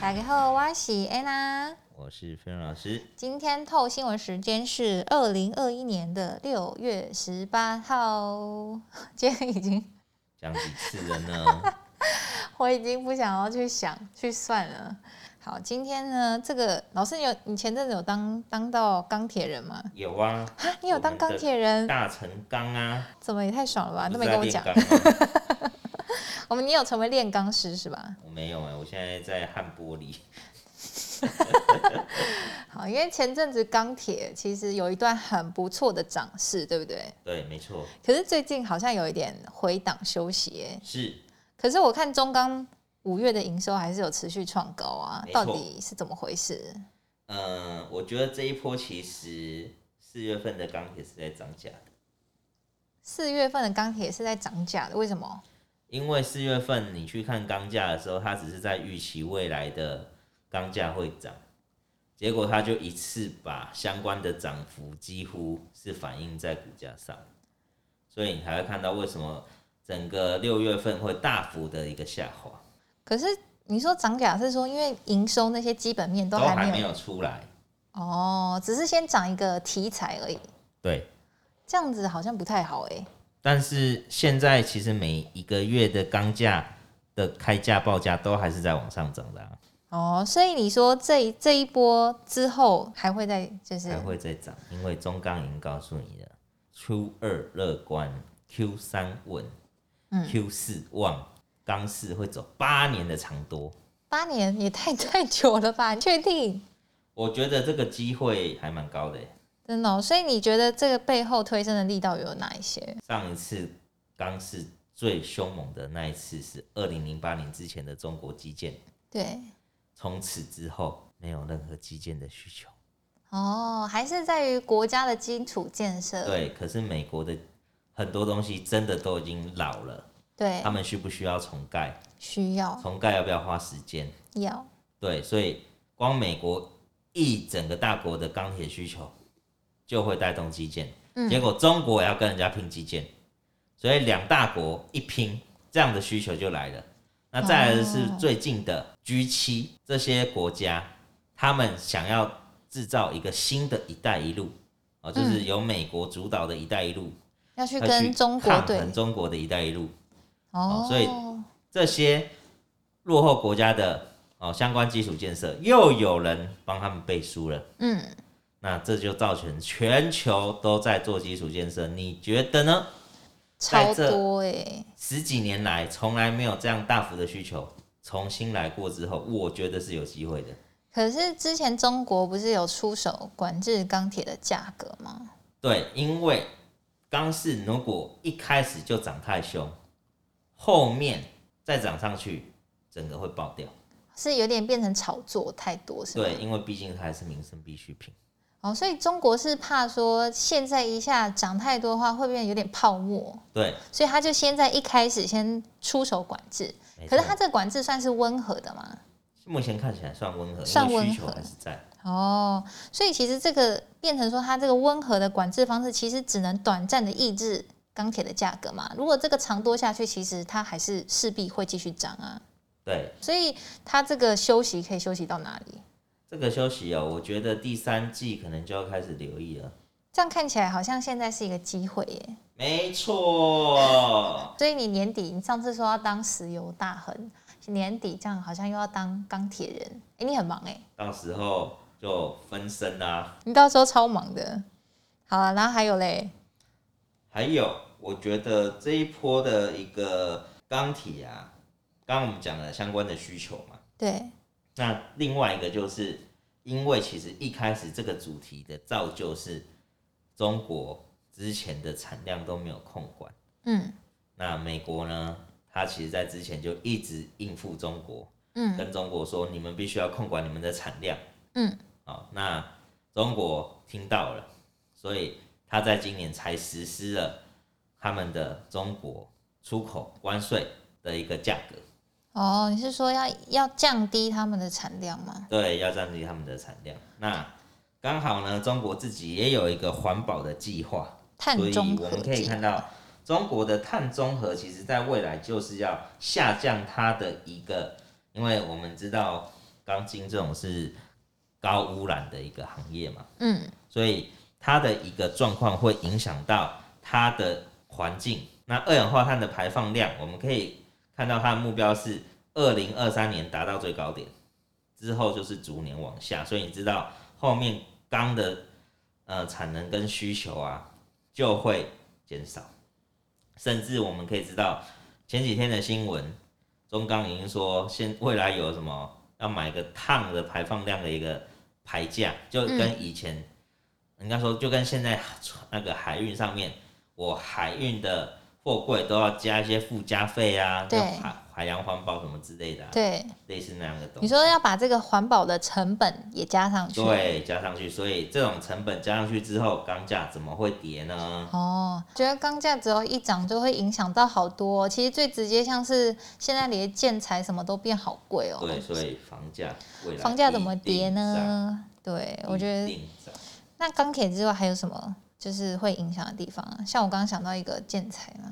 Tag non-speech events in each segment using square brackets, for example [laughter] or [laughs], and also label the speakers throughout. Speaker 1: 大家好，我是 Anna。
Speaker 2: 我是飞荣老师。
Speaker 1: 今天透新闻时间是二零二一年的六月十八号。今天已经，
Speaker 2: 讲几次了
Speaker 1: [laughs]
Speaker 2: 呢？
Speaker 1: 我已经不想要去想去算了。好，今天呢，这个老师你有你前阵子有当当到钢铁人吗？
Speaker 2: 有啊，
Speaker 1: 啊，你有当钢铁人，
Speaker 2: 大成钢啊，
Speaker 1: 怎么也太爽了吧？都
Speaker 2: 不
Speaker 1: 没
Speaker 2: 是
Speaker 1: 跟
Speaker 2: 在
Speaker 1: 我
Speaker 2: 炼
Speaker 1: 讲。
Speaker 2: 钢啊吗？
Speaker 1: 我们你有成为炼钢师是吧？
Speaker 2: [laughs] 我没有哎、我现在在焊玻璃。
Speaker 1: 好，因为前阵子钢铁其实有一段很不错的涨势，对不对？
Speaker 2: [laughs] 对，没错，
Speaker 1: 可是最近好像有一点回档休息耶、
Speaker 2: 是
Speaker 1: 可是我看中钢五月的营收还是有持续创高啊
Speaker 2: 没，
Speaker 1: 到
Speaker 2: 错
Speaker 1: 底是怎么回事？
Speaker 2: 呃，我觉得这一波其实四月份的钢铁是在涨价的，
Speaker 1: 四月份的钢铁是在涨价的，为什么？
Speaker 2: 因为四月份你去看钢价的时候，它只是在预期未来的钢价会涨，结果它就一次把相关的涨幅几乎是反映在股价上，所以你才会看到为什么整个六月份会大幅的一个下滑，
Speaker 1: 可是你说涨价是说因为营收那些基本面都
Speaker 2: 都
Speaker 1: 还
Speaker 2: 还
Speaker 1: 没
Speaker 2: 没
Speaker 1: 有
Speaker 2: 有出来。
Speaker 1: 哦，只是先涨一个题材而已，
Speaker 2: 对，
Speaker 1: 这样子好像不太好哎、
Speaker 2: 但是现在其实每一个月的钢价的开价报价都还是在往上涨的、啊，
Speaker 1: 哦，所以你说这一这一波之后还会再就是
Speaker 2: 还会再涨，因为中钢已经告诉你了，Q 二乐观，Q 三稳、
Speaker 1: 嗯
Speaker 2: q 四旺，钢市会走八年的长多。
Speaker 1: 八年也太 [laughs] 太久了吧？你确定？
Speaker 2: 我觉得这个机会还蛮高的耶。欸
Speaker 1: 真的哦、所以你觉得这个背后推升的力道有哪一些？
Speaker 2: 上一次钢市最凶猛的那一次是二零零八年之前的中国基建，
Speaker 1: 对，
Speaker 2: 从此之后没有任何基建的需求。
Speaker 1: 哦，还是在于国家的基础建设。
Speaker 2: 对，可是美国的很多东西真的都已经老了，
Speaker 1: 对
Speaker 2: 他们需不需要重盖？
Speaker 1: 需要
Speaker 2: 重盖要不要花时间？
Speaker 1: 要
Speaker 2: 对，所以光美国一整个大国的钢铁需求就会带动基建，
Speaker 1: 嗯
Speaker 2: 结果中国也要跟人家拼基建，所以两大国一拼，这样的需求就来了。那再来的是
Speaker 1: 哦
Speaker 2: 最近的 G 七这些国家，他们想要制造一个新的一带一路，哦，就是由美国主导的一带一路，
Speaker 1: 要去
Speaker 2: 要
Speaker 1: 嗯跟中国
Speaker 2: 抗
Speaker 1: 对
Speaker 2: 衡中国的一带一路，
Speaker 1: 哦
Speaker 2: 所以这些落后国家的哦相关基础建设，又有人帮他们背书了。
Speaker 1: 嗯，
Speaker 2: 那这就造成全球都在做基础建设，你觉得呢？
Speaker 1: 超
Speaker 2: 在这
Speaker 1: 多哎、
Speaker 2: 十几年来从来没有这样大幅的需求，重新来过之后，我觉得是有机会的。
Speaker 1: 可是之前中国不是有出手管制钢铁的价格吗？
Speaker 2: 对，因为钢市如果一开始就涨太凶，后面再涨上去，整个会爆掉。
Speaker 1: 是有点变成炒作太多，是吗？
Speaker 2: 对，。因为毕竟它还是民生必需品。
Speaker 1: 哦，所以中国是怕说现在一下涨太多的话，会不会有点泡沫？
Speaker 2: 对，
Speaker 1: 所以他就先在一开始先出手管制。
Speaker 2: 没
Speaker 1: 可是
Speaker 2: 错
Speaker 1: 他这管制算是温和的嘛？
Speaker 2: 目前看起来算温和，
Speaker 1: 算
Speaker 2: 因为
Speaker 1: 温
Speaker 2: 需求
Speaker 1: 和
Speaker 2: 还是在。
Speaker 1: 哦，所以其实这个变成说，它这个温和的管制方式，其实只能短暂的抑制钢铁的价格嘛。如果这个长多下去，其实它还是势必会继续涨啊。
Speaker 2: 对，
Speaker 1: 所以它这个休息可以休息到哪里？
Speaker 2: 这个休息哦，我觉得第三季可能就要开始留意了。
Speaker 1: 这样看起来好像现在是一个机会耶。
Speaker 2: 没错，
Speaker 1: 所以你年底，你上次说要当石油大亨，年底这样好像又要当钢铁人，哎、你很忙哎、
Speaker 2: 到时候就分身啦、
Speaker 1: 你到时候超忙的。好啊，然后还有嘞，
Speaker 2: 还有，我觉得这一波的一个钢铁啊，刚刚我们讲了相关的需求嘛，
Speaker 1: 对，
Speaker 2: 那另外一个就是因为其实一开始这个主题的造就是中国之前的产量都没有控管。
Speaker 1: 嗯
Speaker 2: 那美国呢，它其实在之前就一直应付中国，
Speaker 1: 嗯
Speaker 2: 跟中国说你们必须要控管你们的产量。
Speaker 1: 嗯，
Speaker 2: 好，那中国听到了，所以它在今年才实施了他们的中国出口关税的一个价格，
Speaker 1: 哦，你是说要要降低他们的产量吗？
Speaker 2: 对，要降低他们的产量。那刚好呢，中国自己也有一个环保的计划，
Speaker 1: 碳
Speaker 2: 所以
Speaker 1: 中
Speaker 2: 我
Speaker 1: 和
Speaker 2: 们可以
Speaker 1: 剂
Speaker 2: 看到，中国的碳中和其实在未来就是要下降它的一个，因为我们知道钢筋这种是高污染的一个行业嘛，
Speaker 1: 嗯，
Speaker 2: 所以它的一个状况会影响到它的环境。那二氧化碳的排放量，我们可以看到它的目标是二零二三年达到最高点，之后就是逐年往下。所以你知道后面钢的呃产能跟需求啊就会减少，甚至我们可以知道前几天的新闻，中钢已经说现未来有什么要买一个碳的排放量的一个牌价，就跟以前。人家说就跟现在那个海运上面，我海运的货柜都要加一些附加费啊，
Speaker 1: 对
Speaker 2: 就海海洋环保什么之类的、啊，
Speaker 1: 对，
Speaker 2: 类似那样的东
Speaker 1: 你
Speaker 2: 西。
Speaker 1: 说要把这个环保的成本也加上去，，
Speaker 2: 对，加上去，所以这种成本加上去之后，钢价怎么会跌呢？
Speaker 1: 哦，觉得钢价只要一涨就会影响到好多哦、其实最直接像是现在连建材什么都变好贵哦，
Speaker 2: 对，所以房价未来
Speaker 1: 房价怎么
Speaker 2: 一定
Speaker 1: 跌
Speaker 2: 涨？
Speaker 1: 呢？对，我觉
Speaker 2: 一
Speaker 1: 得
Speaker 2: 定涨
Speaker 1: 那钢铁之外还有什么就是会影响的地方啊？像我刚刚想到一个建材嘛，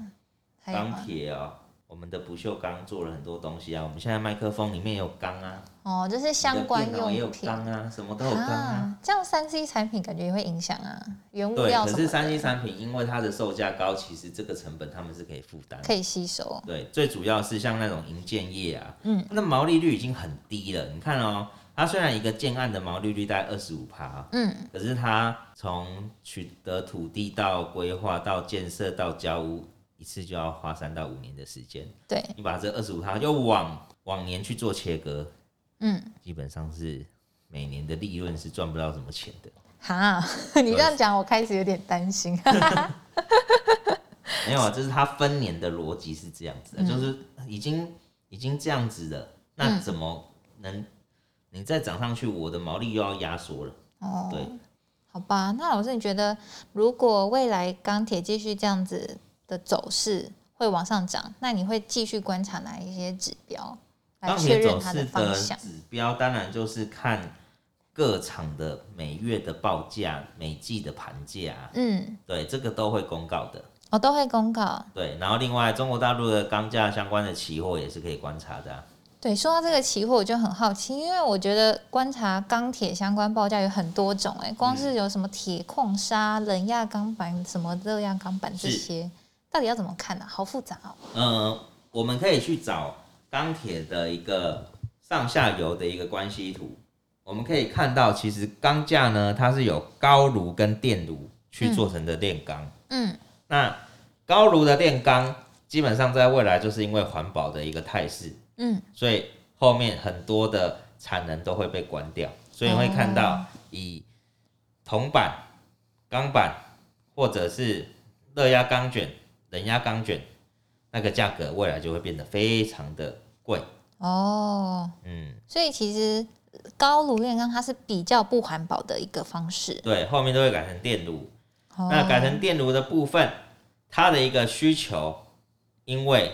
Speaker 1: 还有
Speaker 2: 钢
Speaker 1: 吗？
Speaker 2: 铁哦，我们的不锈钢做了很多东西啊，我们现在麦克风里面有钢啊，
Speaker 1: 哦，就是相关
Speaker 2: 你的电脑也有
Speaker 1: 用品
Speaker 2: 钢啊，什么都有钢啊。
Speaker 1: 这样三 C 产品感觉也会影响啊，原物
Speaker 2: 对，
Speaker 1: 料
Speaker 2: 可
Speaker 1: 什
Speaker 2: 是
Speaker 1: 么
Speaker 2: 三
Speaker 1: 的
Speaker 2: C 产品因为它的售价高，其实这个成本他们是可以负担的。
Speaker 1: 可以吸收，
Speaker 2: 对，最主要是像那种银建业啊，
Speaker 1: 嗯，
Speaker 2: 它的毛利率已经很低了。你看哦，它虽然一个建案的毛利率大概二十五趴，
Speaker 1: 嗯，
Speaker 2: 可是它从取得土地到规划到建设到交屋，一次就要花三到五年的时间。
Speaker 1: 对，
Speaker 2: 你把这二十五趴就往往年去做切割，
Speaker 1: 嗯，
Speaker 2: 基本上是每年的利润是赚不到什么钱的。
Speaker 1: 哈， [laughs] 你这样讲我开始有点担心， [laughs]
Speaker 2: 没有啊，就是它分年的逻辑是这样子的，
Speaker 1: 嗯
Speaker 2: 就是已经已经这样子了，那怎么能、你再涨上去，我的毛利又要压缩了？
Speaker 1: 哦，
Speaker 2: 对，
Speaker 1: 好吧，那老师，你觉得如果未来钢铁继续这样子的走势会往上涨，那你会继续观察哪一些指标来
Speaker 2: 钢
Speaker 1: 确
Speaker 2: 铁
Speaker 1: 认
Speaker 2: 走
Speaker 1: 它
Speaker 2: 势
Speaker 1: 方
Speaker 2: 的
Speaker 1: 向？
Speaker 2: 指标当然就是看各厂的每月的报价、每季的盘价，啊
Speaker 1: 嗯，
Speaker 2: 对，这个都会公告的。
Speaker 1: 我、都会公告。
Speaker 2: 对，然后另外中国大陆的钢价相关的期货也是可以观察的啊、
Speaker 1: 对，说到这个期货，我就很好奇，因为我觉得观察钢铁相关报价有很多种、哎，
Speaker 2: 嗯
Speaker 1: 光是有什么铁矿砂、冷轧钢板、什么热轧钢板这
Speaker 2: 是
Speaker 1: 些，到底要怎么看呢、好复杂哦。
Speaker 2: 呃，我们可以去找钢铁的一个上下游的一个关系图，我们可以看到，其实钢架呢，它是有高炉跟电炉去做成的炼钢。
Speaker 1: 嗯，
Speaker 2: 那高炉的炼钢，基本上在未来就是因为环保的一个态势，
Speaker 1: 嗯，
Speaker 2: 所以后面很多的产能都会被关掉，所以会看到以铜板、钢板或者是热压钢卷、冷压钢卷，那个价格未来就会变得非常的贵。
Speaker 1: 哦，
Speaker 2: 嗯，
Speaker 1: 所以其实高炉炼钢它是比较不环保的一个方式。
Speaker 2: 对，后面都会改成电炉。
Speaker 1: 哦
Speaker 2: 那改成电炉的部分，它的一个需求，因为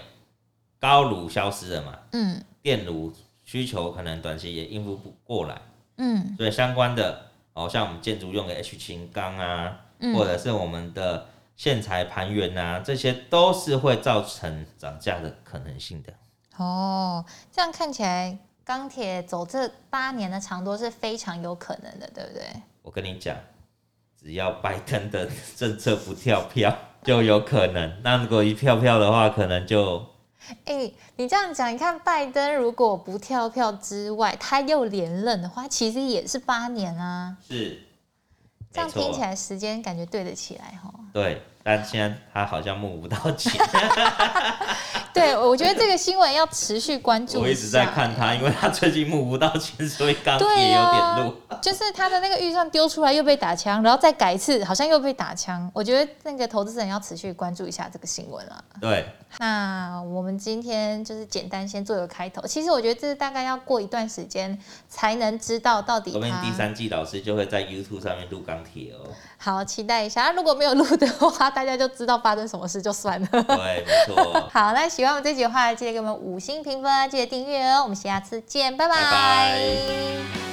Speaker 2: 高炉消失了嘛，
Speaker 1: 嗯
Speaker 2: 电炉需求可能短期也应付不过来。
Speaker 1: 嗯
Speaker 2: 所以相关的哦，像我们建筑用的 H 型钢啊，
Speaker 1: 嗯，
Speaker 2: 或者是我们的线材盘圆啊，这些都是会造成涨价的可能性的。
Speaker 1: 哦，这样看起来钢铁走这八年的长多是非常有可能的，对不对？
Speaker 2: 我跟你讲，只要拜登的政策不跳票，就有可能。那如果一跳票的话，可能就
Speaker 1: 哎、你这样讲，你看拜登如果不跳票之外，他又连任的话，其实也是八年啊。
Speaker 2: 是
Speaker 1: 这样
Speaker 2: 没错啊
Speaker 1: 听起来时间感觉对得起来哈。
Speaker 2: 对。但现在他好像募不到
Speaker 1: [laughs]
Speaker 2: 钱，
Speaker 1: 对，我觉得这个新闻要持续关注。
Speaker 2: [laughs] 我一直在看他，因为他最近募不到钱，所以钢铁有
Speaker 1: 对啊呀、
Speaker 2: 点弱。
Speaker 1: 就是他的那个预算丢出来又被打枪，然后再改一次，好像又被打枪。我觉得那个投资人要持续关注一下这个新闻啦。
Speaker 2: 对，
Speaker 1: 那我们今天就是简单先做一个开头，其实我觉得这大概要过一段时间才能知道到底
Speaker 2: 说不定第
Speaker 1: 他
Speaker 2: 三季老师就会在 YouTube 上面录钢铁哦。
Speaker 1: 好期待一下。啊如果没有录的话，大家就知道发生什么事就算了。 [laughs]
Speaker 2: 对，没错。
Speaker 1: 好，那喜欢我们这集的话，记得给我们五星评分，记得订阅哦。我们下次见，拜
Speaker 2: 拜
Speaker 1: 拜